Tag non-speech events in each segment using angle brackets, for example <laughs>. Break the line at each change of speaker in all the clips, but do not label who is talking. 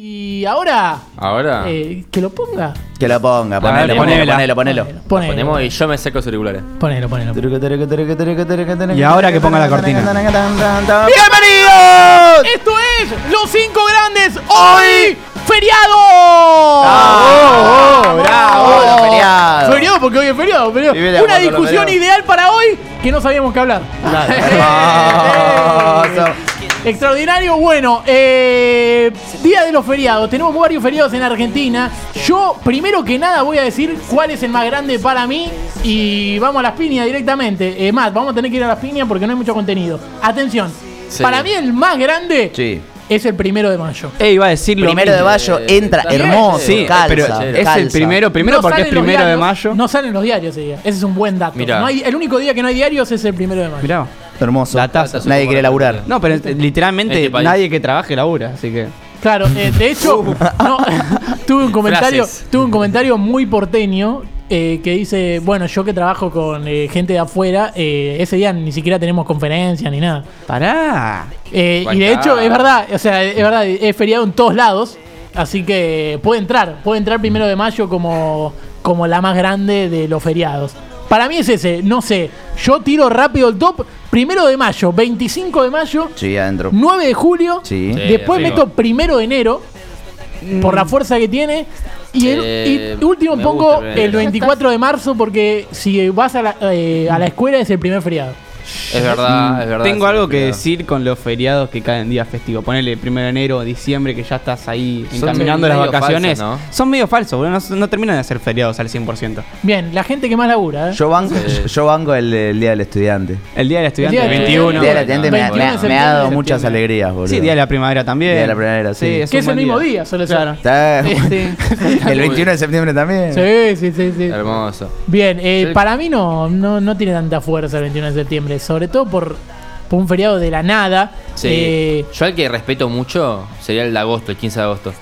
Y ahora,
Ah.
Ahora.
eh, que lo ponga.
Que lo ponga,
ver,
ponelo,
ponela.
ponelo, ponelo, ponelo.
Ponelo,
Ponemos y yo me saco los auriculares.
ponelo, ponelo.
Y ahora que ponga la cortina.
¡Bienvenidos!
Esto es Los Cinco Grandes Hoy Feriado.
Ah, ¡Bravo! ¡Bravo! los feriados.
Feriado porque hoy es feriado. feriado.
Y mira,
Una
cuando lo
discusión
feriado.
ideal para hoy que no sabíamos qué hablar. <laughs>
Hermoso.
Extraordinario, bueno, eh, día de los feriados. Tenemos varios feriados en Argentina. Yo, primero que nada, voy a decir cuál es el más grande para mí y vamos a las piñas directamente. Eh, Matt, vamos a tener que ir a las piñas porque no hay mucho contenido. Atención,
Sí.
para mí el más grande
Sí.
es el primero de mayo.
Eh, iba a decir lo
Primero de
mismo.
mayo entra
También.
hermoso,
Sí,
calza,
pero es el
calza.
primero, primero
No
porque es
salen los
primero de
diarios,
mayo.
No salen los diarios ese día. Ese es un buen dato.
Mirá.
No hay- el único día que no hay diarios es el primero de mayo.
Mirá.
Hermoso.
La taza.
Nadie quiere laburar.
No, pero eh, literalmente
Este país.
nadie que trabaje labura, así que.
Claro, eh, de hecho, no, <laughs> tuve un comentario,
Frases.
tuve un comentario muy porteño eh, que dice, bueno, yo que trabajo con eh, gente de afuera, eh, ese día ni siquiera tenemos conferencia ni nada.
Pará.
Eh, y de
Bancá.
hecho, es verdad, o sea, es verdad, es feriado en todos lados, así que puede entrar, puede entrar primero de mayo como, como la más grande de los feriados. Para mí es ese, no sé, yo tiro rápido el top, primero de mayo, 25 de mayo,
Sí, adentro.
9 de julio.
Sí.
Sí.
Después
arriba.
meto primero de enero. Por la fuerza que tiene. Y, el,
Eh,
y último
me
pongo
gusta el
el
primero.
24 de marzo porque si vas a la, eh, a la escuela es el primer feriado.
Es
Mm,
verdad, es verdad.
Tengo
es
algo que
verdad.
decir con los feriados que caen días festivos. Ponele primero de enero, diciembre, que ya estás ahí
Son
encaminando las
medio
vacaciones.
falsos, ¿no?
Son medio falsos, boludo. No, no terminan de ser feriados al 100%.
Bien, la gente que más labura. ¿eh?
Yo banco,
Sí.
yo banco el, el día del estudiante.
El día del estudiante,
del
21.
El
No,
día del
no, no,
estudiante me,
no,
me-
no,
me
septiembre,
ha dado
septiembre.
muchas alegrías, boludo.
Sí, día de la primavera también.
Día de la primavera, sí.
que es el mismo día, suele ser.
<laughs>
Claro.
Está-
Sí.
El 21 de septiembre también. <laughs>
Sí, sí, sí, sí.
Hermoso.
Bien, eh,
Sí.
para mí no, no, no tiene tanta fuerza el 21 de septiembre, sobre todo por, por un feriado de la nada.
Sí.
Eh,
Yo al que respeto mucho sería el de agosto, el 15 de agosto.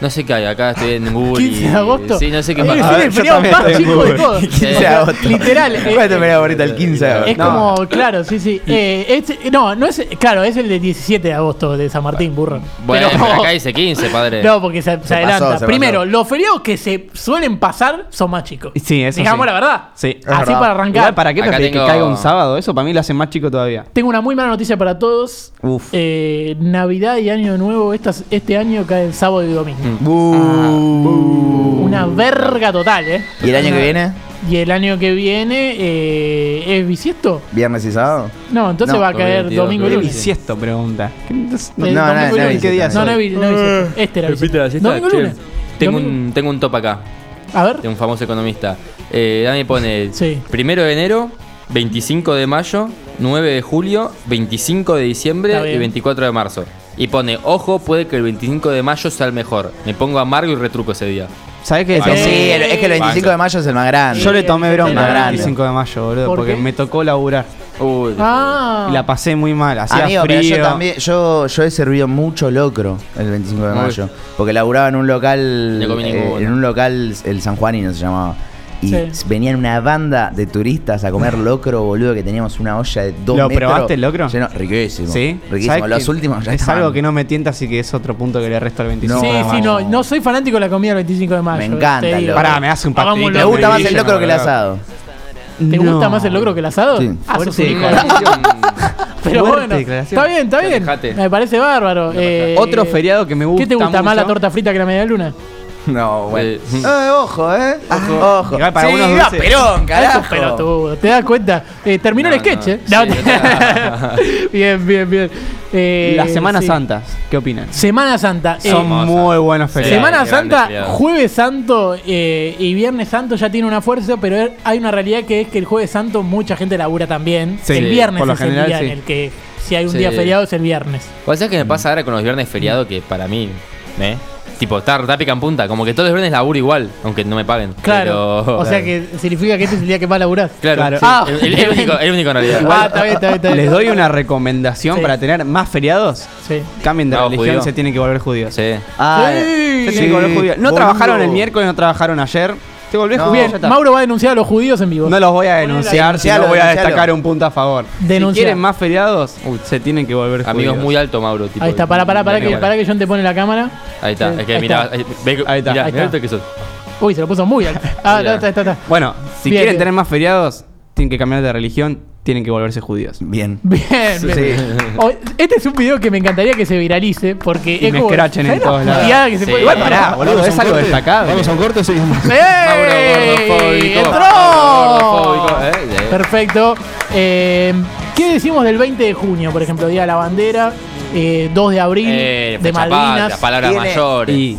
No sé qué hay, acá
<laughs>
estoy en Google.
15 de
y-
agosto. Eh,
Sí, no sé qué
Es
pasa.
A
el
ver, Ah, yo
feriado
también
más
estoy en
chico de
Google. <laughs>
todos.
15 de agosto. <laughs>
Literal. eh,
¿Cuál es tu primera favorita? El 15 de agosto.
Es como, claro, sí, sí. Eh, es- no, no es. Claro, es el del 17 de agosto de San Martín, burro.
Bueno,
Pero-
pero acá dice 15, padre.
No, porque se, se
pasó,
adelanta.
se pasó.
Primero, los feriados que se suelen pasar son más chicos.
Sí, eso
Digamos
sí.
la verdad.
Sí.
Así
verdad.
para arrancar.
Igual, ¿para qué
Acá
preferís
tengo-
que caiga un sábado? Eso para mí lo hace más chico todavía.
Tengo una muy mala noticia para todos.
Uf.
Eh, Navidad y Año Nuevo estas, este año caen sábado y domingo.
Mm. Uh.
Uh.
Bu.
ah, uh,
Una verga total, ¿eh?
¿Y el año que viene?
Y el año que viene eh, es bisiesto.
¿Viernes y sábado?
No, entonces
No,
va a caer
22,
domingo y
¿Qué
Lunes.
bisiesto pregunta? ¿Qué-
Eh,
No, no,
domingo
no,
y
no,
lunes.
¿qué día
No,
es
no,
hoy?
vi- no vi siesta. Este era
Repite
bisiesto.
la siesta,
Domingo y
che.
lunes.
Tengo
Domingo-
un, tengo un top acá,
A ver.
de un famoso economista. Eh, Dani pone
Sí.
primero de enero, 25 de mayo, 9 de julio, 25 de
Está
diciembre
bien.
y 24 de marzo. Y pone, ojo, puede que el 25 de mayo sea el mejor. Me pongo amargo y retruco ese día.
¿Sabés qué?
Es que sí, el- es que el 25 de mayo es el más grande.
Yo le tomé
Más
bronca el
grande.
25 de mayo, boludo,
¿Por
porque
qué?
me tocó laburar.
Uy,
Ah.
Y la pasé muy mal, hacía
Amigo,
frío.
pero yo también, yo, yo he servido mucho locro el 25 de
Uy.
mayo. Porque laburaba en un local. eh,
No comí ninguno.
en un local, el San Juanino se llamaba. Y
Sí.
venían una banda de turistas a comer locro, boludo, que teníamos una olla de dos
¿Lo
metros.
probaste el locro?
lleno- riquísimo.
¿Sí?
Riquísimo.
¿Sabés
Los
que
últimos ya
Es
estaban-
algo que no me tienta, así que es otro punto que le resto al 25.
Sí,
de
sí, no,
mayo.
no soy fanático de la comida del 25 de mayo. eh,
Me encanta
te
el
digo.
locro.
Pará, me hace un
Hagamos
pastelito.
un
Me
locro.
gusta más el
Brillo,
locro
la
que el
verdad.
asado.
¿Te
No.
gusta más el locro que el asado?
Sí.
Ah, sos
fuerte
un hijo de-
declaración.
<laughs> Pero
Fuerte
bueno,
declaración.
está bien, está bien.
Alejate.
Me parece bárbaro. Eh,
Otro feriado que me gusta
¿Qué te gusta más la
mucho?
torta frita que la media luna?
No,
Oh,
<laughs> bueno.
Eh, ojo, eh. <laughs> Ojo.
Igual para unos
iba
dulces.
Perón,
Eso
carajo.
es pelotudo. ¿Te das cuenta? Eh, terminó
No,
el sketch,
no.
¿eh? No,
Sí,
te- <laughs> bien, bien, bien. Eh,
Las Semanas
sí.
Santas, ¿qué opinan?
Semana Santa. eh,
Son
hermosa.
muy buenos
Sí.
feriados.
Semana
Grande
Santa,
feriado.
Jueves Santo eh, y Viernes Santo ya tiene una fuerza, pero er- hay una realidad que es que el Jueves Santo mucha gente labura también.
Sí,
el viernes
por lo
es
general,
el día en
sí.
el que si hay un
Sí.
día feriado es el viernes.
O sea que me pasa ahora con los viernes feriado que para mí, ¿eh? Tipo, está, está pica en punta. Como que todos los viernes laburo igual, aunque no me paguen.
Claro.
Pero-
O sea que significa que este es el día que más laburás.
<laughs> Claro,
Claro.
sí.
Ah.
el, el único, el único en realidad.
Ah, está bien, está bien, está bien.
Les doy una recomendación
Sí.
para tener más feriados.
Sí.
Cambien de
Vamos,
religión,
judío.
se tienen que volver judíos.
Sí.
Ah,
Sí.
Se tienen que volver judíos. No
boludo.
trabajaron el miércoles, no trabajaron ayer. Te volvés
No,
judío,
Bien,
ya está.
Mauro va a denunciar a los judíos en vivo.
No los voy a denunciar,
Denuncialo,
sino voy a
denuncialo.
destacar un punto a favor.
Denuncialo.
Si quieren más feriados, uy, se tienen que volver
Amigos
judíos.
muy alto, Mauro. tipo,
Ahí está, pará, pará, pará
bien
que,
igual.
pará que John te pone la cámara.
Ahí está,
Sí,
es que
ahí
mirá,
está.
ahí- ve-
Ahí está,
mirá,
ahí
mirá
está.
que sos.
Uy, se lo puso muy alto. Ah, no, está, está, está.
Bueno, si
Bien,
quieren
bien.
tener más feriados, tienen que cambiar de religión, tienen que volverse judíos.
Bien.
Bien, bien.
Sí.
O- este es un video que me encantaría que se viralice porque
Y
es
me
como-
escrachen en
¿sabes la
todos lados.
puteada que se
Sí.
puede-
Igual
pará, boludo,
Vamos a
es
un
algo
corte,
destacable.
Vamos a un corte y seguimos.
¡Ey!
Mauro gordofóbico.
¡Entró!
Mauro gordofóbico, eh, eh.
Perfecto. Eh, ¿Qué decimos del 20 de junio, por ejemplo? Día de la bandera, eh, 2 de abril,
Eh,
de
fecha
Malvinas.
patria, palabras
Tiene-
mayores.
Y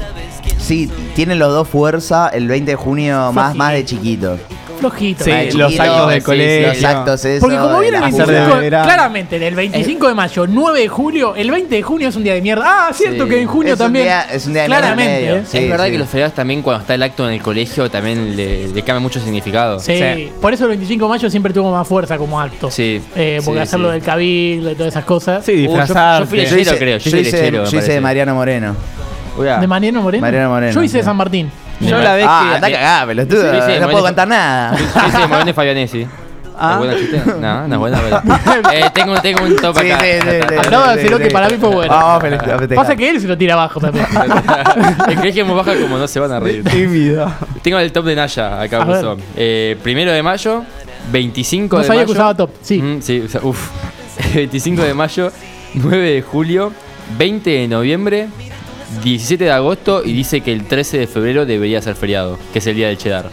Sí, tienen los dos fuerza el 20 de junio más, más de chiquitos.
Flojito.
Sí,
Ay,
Más de
los
chiquitos,
actos de
sí, sí,
colegio.
Los actos eso.
Porque como
de
viene
la
el
hacer de
25,
verano.
claramente, del 25 de mayo, 9 de julio, el 20 de junio es un día de mierda. Ah, cierto
Sí.
que en junio
Es un
también.
día- es un día de mierda en
claramente.
medio.
¿eh?
Sí,
es verdad
sí.
que los feriados también cuando está el acto en el colegio también le, le cambia mucho significado.
Sí,
Sí.
por eso el 25 de mayo siempre tuvo más fuerza como acto.
Sí.
Eh, porque
Sí,
hacerlo
sí.
del cabildo y todas esas cosas.
sí,
Uh, yo-
disfrazar.
yo fui
Yo hice,
Lechero, creo, yo
yo
hice
hice-
lechero, me
yo hice
parece.
de Mariano Moreno.
¿De Mariano Moreno?
Mariano Moreno,
Yo hice de
sí.
San Martín.
Yo la vez
ah,
que-
anda
mi-
cagada, pelotudo.
Sí, sí,
no
Moreno-
puedo contar nada.
Sí, <laughs> sí, Moreno y Fabianesi.
Ah.
¿Es buena chiste? No, no es buena, pero- <laughs> Eh, tengo, tengo un top acá.
Acabo de decirlo que para mí fue bueno.
Vamos, feliz- a festejar.
Pasa que él se lo tira abajo también.
el colegio es muy baja como no se van a reír.
tímido.
Tengo el top de Naya acá,
A ver.
Buzo. Eh, primero de mayo, 25
No
de
sabía
mayo.
que usaba top. Sí.
Mm, sí, o sea, uf. <laughs> 25 de mayo, 9 de julio, 20 de noviembre, 17 de agosto y dice que el 13 de febrero debería ser feriado, que es el día del cheddar.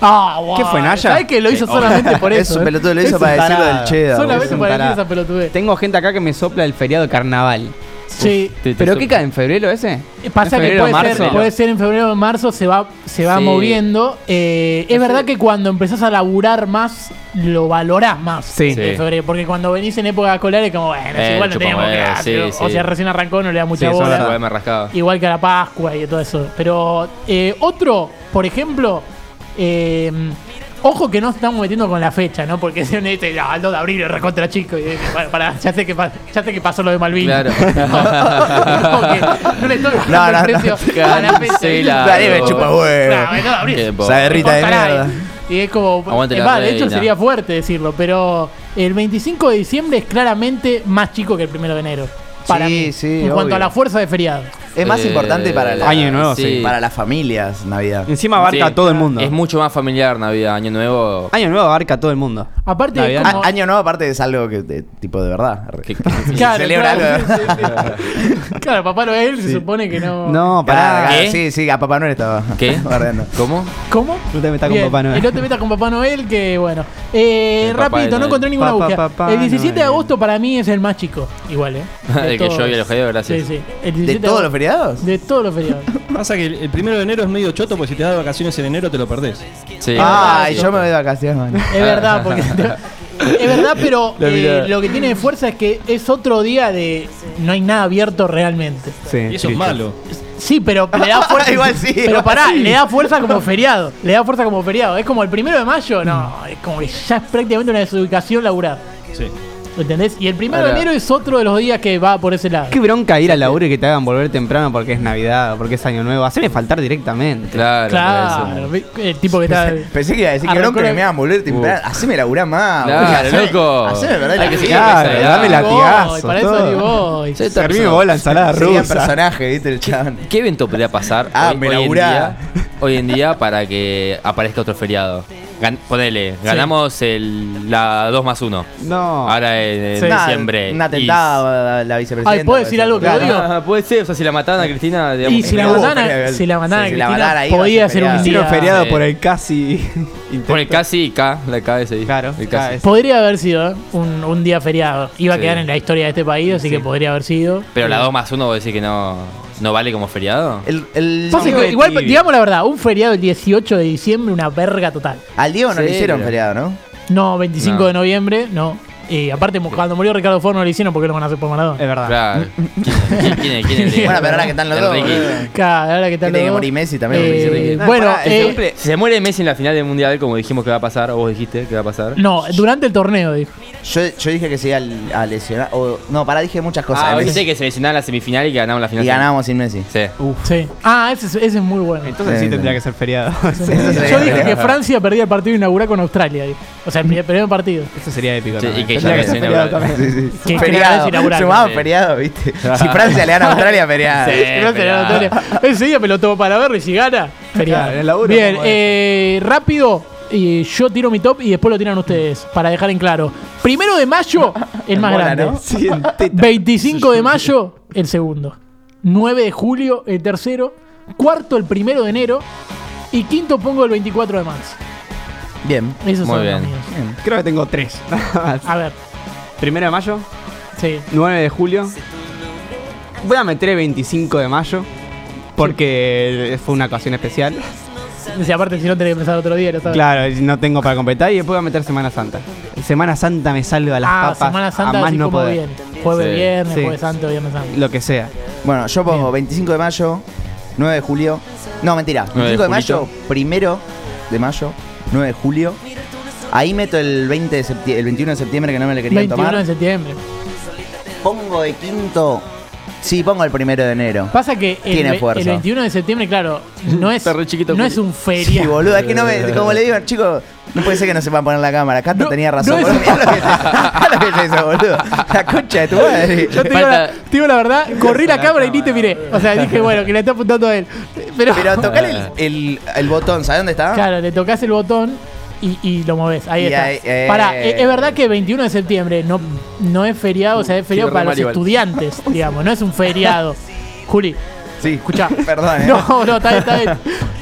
Ah, wow.
¿Qué fue, Naya?
¿Sabes que lo hizo
Sí,
solamente por
Es
eso?
un
eh?
pelotudo, lo hizo
un
para decirlo
tarado.
del cheddar.
Solamente
un
para decir
tarado.
esa pelotudez.
Tengo gente acá que me sopla el feriado de carnaval.
Sí. Eh,
Te- te
¿Pero
so-
qué cae en febrero ese?
Pasa
¿En
que
febrero,
puede ser,
marzo?
puede ser en febrero o en marzo, se va, se va
Sí.
moviendo. Eh, es verdad que cuando empezás a laburar más, lo valorás más.
Sí.
En febrero, porque cuando venís en época escolar es como, bueno, es
Eh,
igual no
chupa
teníamos que
huevo, sí,
hacer. O
sí.
sea, recién arrancó, no le da
Sí,
mucha
eso
bola.
la verdad me rascaba.
Igual que a la Pascua y todo eso. Pero eh, otro, por ejemplo, eh, ojo que no estamos metiendo con la fecha, ¿no? Porque <laughs> si uno dice, "Ah, el 2 de abril es recontra chico. Y, eh, bueno, pará, ya, sé que, pa- ya sé que pasó lo de Malvinas. <laughs>
Claro.
Como que no le estoy bajando
<laughs> No, no,
el
no.
precio a la fecha.
Cancela.
Dale, me
Claro.
chupa
Claro, el 2
huevo.
de abril.
Qué po-
Sabe Rita de
Cortará,
mierda.
Y y es como.
Aguante
es
la
más, de hecho,
reina.
sería fuerte decirlo, pero el 25 de diciembre es claramente más chico que el 1 de enero. Para
Sí,
mí,
sí,
en cuanto a
obvio.
la fuerza de feriado.
Es más
Eh,
importante para la-
Año Nuevo, sí.
para las familias, Navidad.
Encima abarca
Sí.
a todo el mundo.
Es mucho más familiar Navidad, Año Nuevo.
Año nuevo abarca a todo el mundo.
Aparte,
Navidad.
es
Ah,
como-
año nuevo aparte es algo que de- tipo de verdad.
Que-
Se
Claro,
celebra
claro,
algo.
sí, sí, sí. <laughs> Claro, Papá Noel se supone que no.
No,
Pará,
pará.
Ah, ¿Qué?
pará, sí, sí, a Papá Noel estaba
<laughs>
<laughs>
¿Qué?
bardeando.
¿Cómo?
¿Cómo?
No te metas con
Bien,
Papá Noel.
y no te metas con Papá Noel, que bueno. Eh,
El Papá de
rapidito, no
Noel.
encontré ninguna
Papá,
búsqueda.
Papá
el 17 de
Noel.
agosto para mí es el más chico, igual, ¿eh? De
<laughs> El que
todos.
yo vi a los jodidos, gracias.
Sí, sí. El 17
¿De todos los feriados?
De todos los feriados.
Pasa que el, el primero de enero es medio choto porque si te das vacaciones en enero te lo perdés.
Sí.
Ah, y yo me voy de vacaciones.
Ah.
Es verdad,
<laughs>
porque. es verdad, pero
La
eh,
mirada.
lo que tiene de fuerza es que es otro día de. No hay nada abierto realmente.
Sí,
Y eso es
triste.
malo.
Sí, pero le
<laughs>
da fuerza.
Igual sí,
Pero
igual
pará,
sí.
le da fuerza como feriado. Le da fuerza como feriado. Es como el primero de mayo, no. Es como que ya es prácticamente una desubicación laburar.
Sí.
¿Entendés? Y el primero de
Ahora.
enero es otro de los días que va por ese lado.
Qué bronca ir al laburo y que te hagan volver temprano porque es Navidad o porque es Año Nuevo. Haceme faltar directamente.
Claro,
Claro,
por eso.
el tipo que está.
Pensé que iba a decir que
Arrancó
bronca que
la-
me iban a volver temprano. Haceme laburar más.
Claro,
boludo. Haceme-
loco.
Haceme verdad.
Hay que
Sí,
seguir
Claro,
Sí,
dame
claro.
Ah, Voy,
latigazo.
para eso
todo.
ni voy.
Sí, está
Servime
personal.
vos la ensalada
Seguía en
rusa.
personaje, viste, el chabón.
¿Qué evento podría pasar
Ah, me
en
laburá.
día, hoy en día para que aparezca otro feriado? Gan- ponele, ganamos el, la 2 más 1.
No.
Ahora en, <laughs> en
Sí.
Nada,
diciembre.
Un atentado a la- la vicepresidenta.
Ay, ¿puedo decir algo que
Y-
Lo digo.
Ah, puede ser, o sea, si la mataban a Cristina, digamos.
Y si la
Hubo
bandana,
feriado.
si la bandana,
Sí, si la bandana ahí va
podía
a
ser
ser
un
feriado.
Hicieron
día.
feriado
Sí.
por el casi. <laughs>
Pone casi y K, la K de ese.
Claro,
el
K
casi.
es-
Podría haber sido ¿eh? un, un día feriado. Iba a
Sí.
quedar en la historia de este país, así que podría haber sido.
Pero la 2 más 1 vos decís que no, no vale como feriado.
El, el-
Pasa
Domingo
que
de
igual,
tibia.
digamos la verdad, un feriado el 18 de diciembre, una verga total.
al Diego no le
Sí,
hicieron
pero-
feriado, ¿no?
No, 25
No.
de noviembre, no. Y aparte, mo- cuando murió Ricardo Ford no lo hicieron porque lo van a hacer por Maradona.
Es verdad.
Claro. ¿Quién, quién es? ¿Quién es?
<laughs> Bueno, pero ahora que están los
El
dos.
Ricky.
boludo.
Claro, ahora que
Que
tal.
tiene que morir Messi también, porque dice Ricky.
bueno,
Pará,
eh,
Siempre- si se muere Messi en la final del mundial, como dijimos que va a pasar, o vos dijiste que va a pasar.
no, durante el torneo, dijo.
Yo, yo dije que se iba a- a lesionar. o- no, pará, dije muchas cosas.
ah,
de
dice
Messi.
que se lesionaba en la semifinal y que ganamos la final.
Y ganamos sin Messi.
Sí.
Sí. Ah, ese, es- ese es muy bueno.
Entonces sí
Sí,
tendría
sí.
que ser feriado. <laughs>
Eso sería
Yo dije que
raro.
Francia perdía el partido inaugural con Australia. dijo. O sea, el primer, primer partido.
Eso sería épico.
Sí, y
también.
que ya
Tendría que
se
ser
viene
feriado
ahora.
también.
Sí, sí.
Que- que
feriado.
es inaugural.
Sumamos
Sí. <laughs>
feriado, ¿viste? si Francia le gana a Australia, feriado.
Sí.
Que no se gana
feriado.
Australia. Ese día Eh, me lo tomo para ver y si gana, feriado.
Claro, en el laburo,
Bien,
como
eh, rápido. Y yo tiro mi top y después lo tiran ustedes, para dejar en claro. Primero de mayo, el más
Mola,
grande.
¿no?
<laughs> Sí, en teta.
25 de mayo, el segundo. 9 de julio, el tercero. Cuarto, el primero de enero. Y quinto pongo el 24 de marzo.
Bien.
Esos
Muy
son los
bien.
míos.
Creo que
<laughs>
tengo tres.
A ver,
Primero de mayo,
sí.
9 de julio. Voy a meter el 25 de mayo. Porque fue una ocasión especial.
Si aparte, si no tenés que pensar otro día, lo sabes.
Claro, y no tengo para completar. Y después voy a meter Semana Santa. Semana Santa me salva las
ah,
papas.
Semana Santa,
a más
así
no
como
poder.
bien. Jueves,
Sí.
viernes,
Sí.
jueves santo, viernes santo.
Lo que sea.
Bueno, yo pongo 25 de mayo, 9 de julio. No, mentira.
9 de
25 de, mayo, primero de mayo, 9 de julio. Ahí meto el 20 de septiembre, el 21 de septiembre que no me le querían
21 de
tomar.
septiembre.
Pongo de quinto. Sí, pongo el primero de enero.
Pasa que el,
Tiene
ve-
fuerza.
el 21 de septiembre, claro, no es,
Está re chiquito,
no
Juli.
es un
Sí,
feriado.
boludo, es que no me. Como le digo, chicos, no puede ser que no sepan poner la cámara. Cato
No,
tenía razón.
no
boludo.
es-
Mirá lo que, mirá lo que es eso, boludo. La concha de tu madre.
<laughs> Yo te digo, la,
Falta-
te digo la
<laughs>
verdad, corrí la cámara y ni te miré. O sea, dije, bueno, que le está apuntando a él. Pero,
Pero tocar el, el, el botón, ¿sabes dónde
<laughs>
está?
claro, le tocas el botón y, y lo moves. Ahí
Y
está.
ahí, eh.
Pará, e- es verdad que 21 de septiembre no, no es feriado, o sea, es feriado
quiero
para los
remar igual. <laughs>
estudiantes, digamos, no es un
<laughs>
feriado. Juli,
Sí,
escuchá.
Perdón, ¿eh?
No, no, está bien, está bien.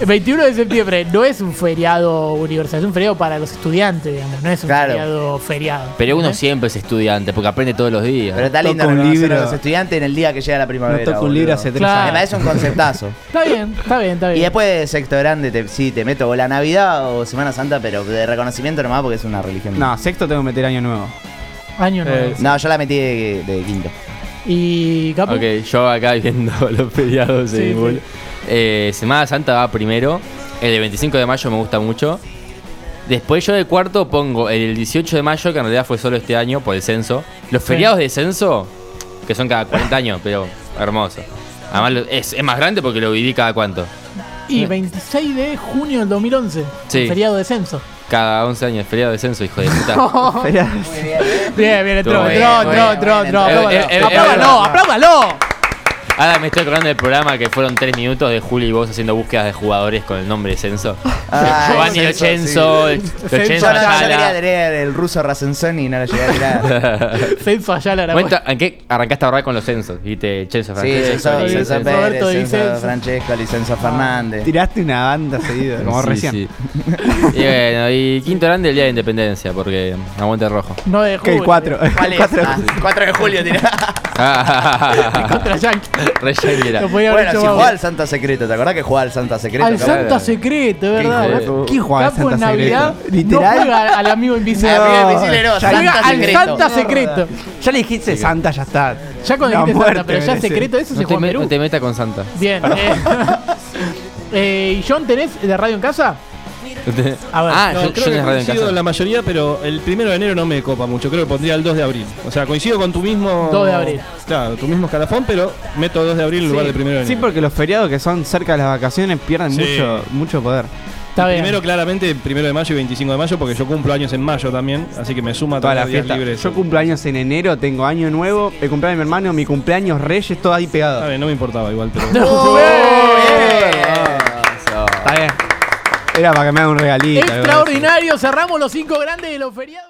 21 de septiembre no es un feriado universal, es un feriado para los estudiantes, digamos, no es un
Claro.
feriado feriado.
Pero uno
¿Eh?
siempre es estudiante, porque aprende todos los días.
Pero está
Toco
lindo
un
reconocer
libro.
a los estudiantes en el día que llega la primavera.
No toco un libro
boludo.
hace tres
Claro.
Me
años.
parece un
<laughs>
conceptazo.
Está bien, está bien, está
Y
bien.
después de sexto grande, te, sí, te meto o la Navidad o Semana Santa, pero de reconocimiento nomás porque es una religión.
No, sexto tengo que meter
<laughs>
año nuevo.
Año nuevo.
No, yo la metí de, de quinto.
Y Capu,
Eh, Ok, yo acá viendo <laughs> los feriados de
Sí,
Bimbo.
sí.
Eh, Semana Santa va primero. El de 25 de mayo me gusta mucho. Después yo de cuarto pongo el 18 de mayo, que en realidad fue solo este año por el censo. Los feriados de censo, que son cada 40 años, pero hermoso. Además lo- es, es más grande porque lo viví cada cuánto.
y 26 de junio del 2011,
Sí.
feriado de
<laughs>
censo.
Cada 11 años, feriado de censo, hijo de
<laughs>
puta.
Oh. Bien, bien, entró,
Estuvo bien,
entró,
muy
entró,
bien,
entró,
muy
entró.
bien. Eh, eh, eh,
Apláudalo, apláudalo,
eh,
apláudalo.
Ahora me estoy acordando del programa que fueron 3 minutos de Juli y vos haciendo búsquedas de jugadores con el nombre de censo.
<laughs> Ah,
Giovanni
eso,
Lochenzo, Lochenzo
Yo, no, yo quería
Ayala.
tener el ruso Razenzoni y no lo llegué a tirar.
Censo Ayala la
Cuenta, ¿en qué arrancaste a ahorrar con los censos? Dijiste Chenzo
sí,
Francesco.
Licenzo
Licenzo
Licenzo Pérez,
Roberto
Licenzo
Licenzo.
Francesco, Licenzo
Ah.
Fernández.
Tiraste una banda seguida, como
Sí,
recién.
sí. Y bueno, y quinto grande el día de independencia, porque aguante
<laughs>
el rojo. <laughs>
9 de
Que
julio. <laughs>
el 4. <laughs>
¿Cuál es? Ah, 4 de julio tirá.
eh,
Ah.
Contra Yankee.
Re yanquera.
Lo podía haber
Bueno, si
hecho
jugaba
Bauer.
al Santa Secreto, ¿te acordás que jugaba al Santa Secreto?
Al
cabrón?
Santa Secreto, es
hijo
¿verdad?
de
Capo
¿Quién juega al
en
Santa
Navidad
<laughs>
Secreto? ¿Literal?
no juega al amigo invisible.
Arriba del misil Heró,
Juega
Santa
al
Secreto.
Santa Secreto.
Ya le dijiste Santa, ya está.
Ya con dijiste
La
Santa,
muerte
pero ya
merece.
secreto, eso se
No te,
juega en
me-
Perú.
no te metas con Santa.
Bien. eh.
<laughs>
Eh, <laughs> ¿Y John tenés de radio en casa? A ver,
ah,
No,
yo,
creo
yo
que
en radio en
coincido en
casa.
la mayoría, pero el primero de enero no me copa mucho. Creo que pondría el 2 de abril. O sea, coincido con tu mismo.
2 de abril.
Claro, tu mismo escalafón, pero meto 2 de abril en lugar del primero de
Sí,
enero.
porque los feriados que son cerca de las vacaciones pierden
Sí.
mucho, mucho poder.
Está bien.
Primero, claramente, primero de mayo y 25 de mayo, porque yo cumplo años en mayo también, así que me suma
Toda
todas
la
las
fiesta.
fiestas libres.
Yo cumplo años en enero, tengo año nuevo, el cumpleaños de mi hermano, mi cumpleaños Reyes, todo ahí
Está
pegado.
bien, no me importaba igual, pero.
No,
Está bien. Era para que me haga un regalito. algo de eso.
Extraordinario, cerramos los cinco grandes de los feriados.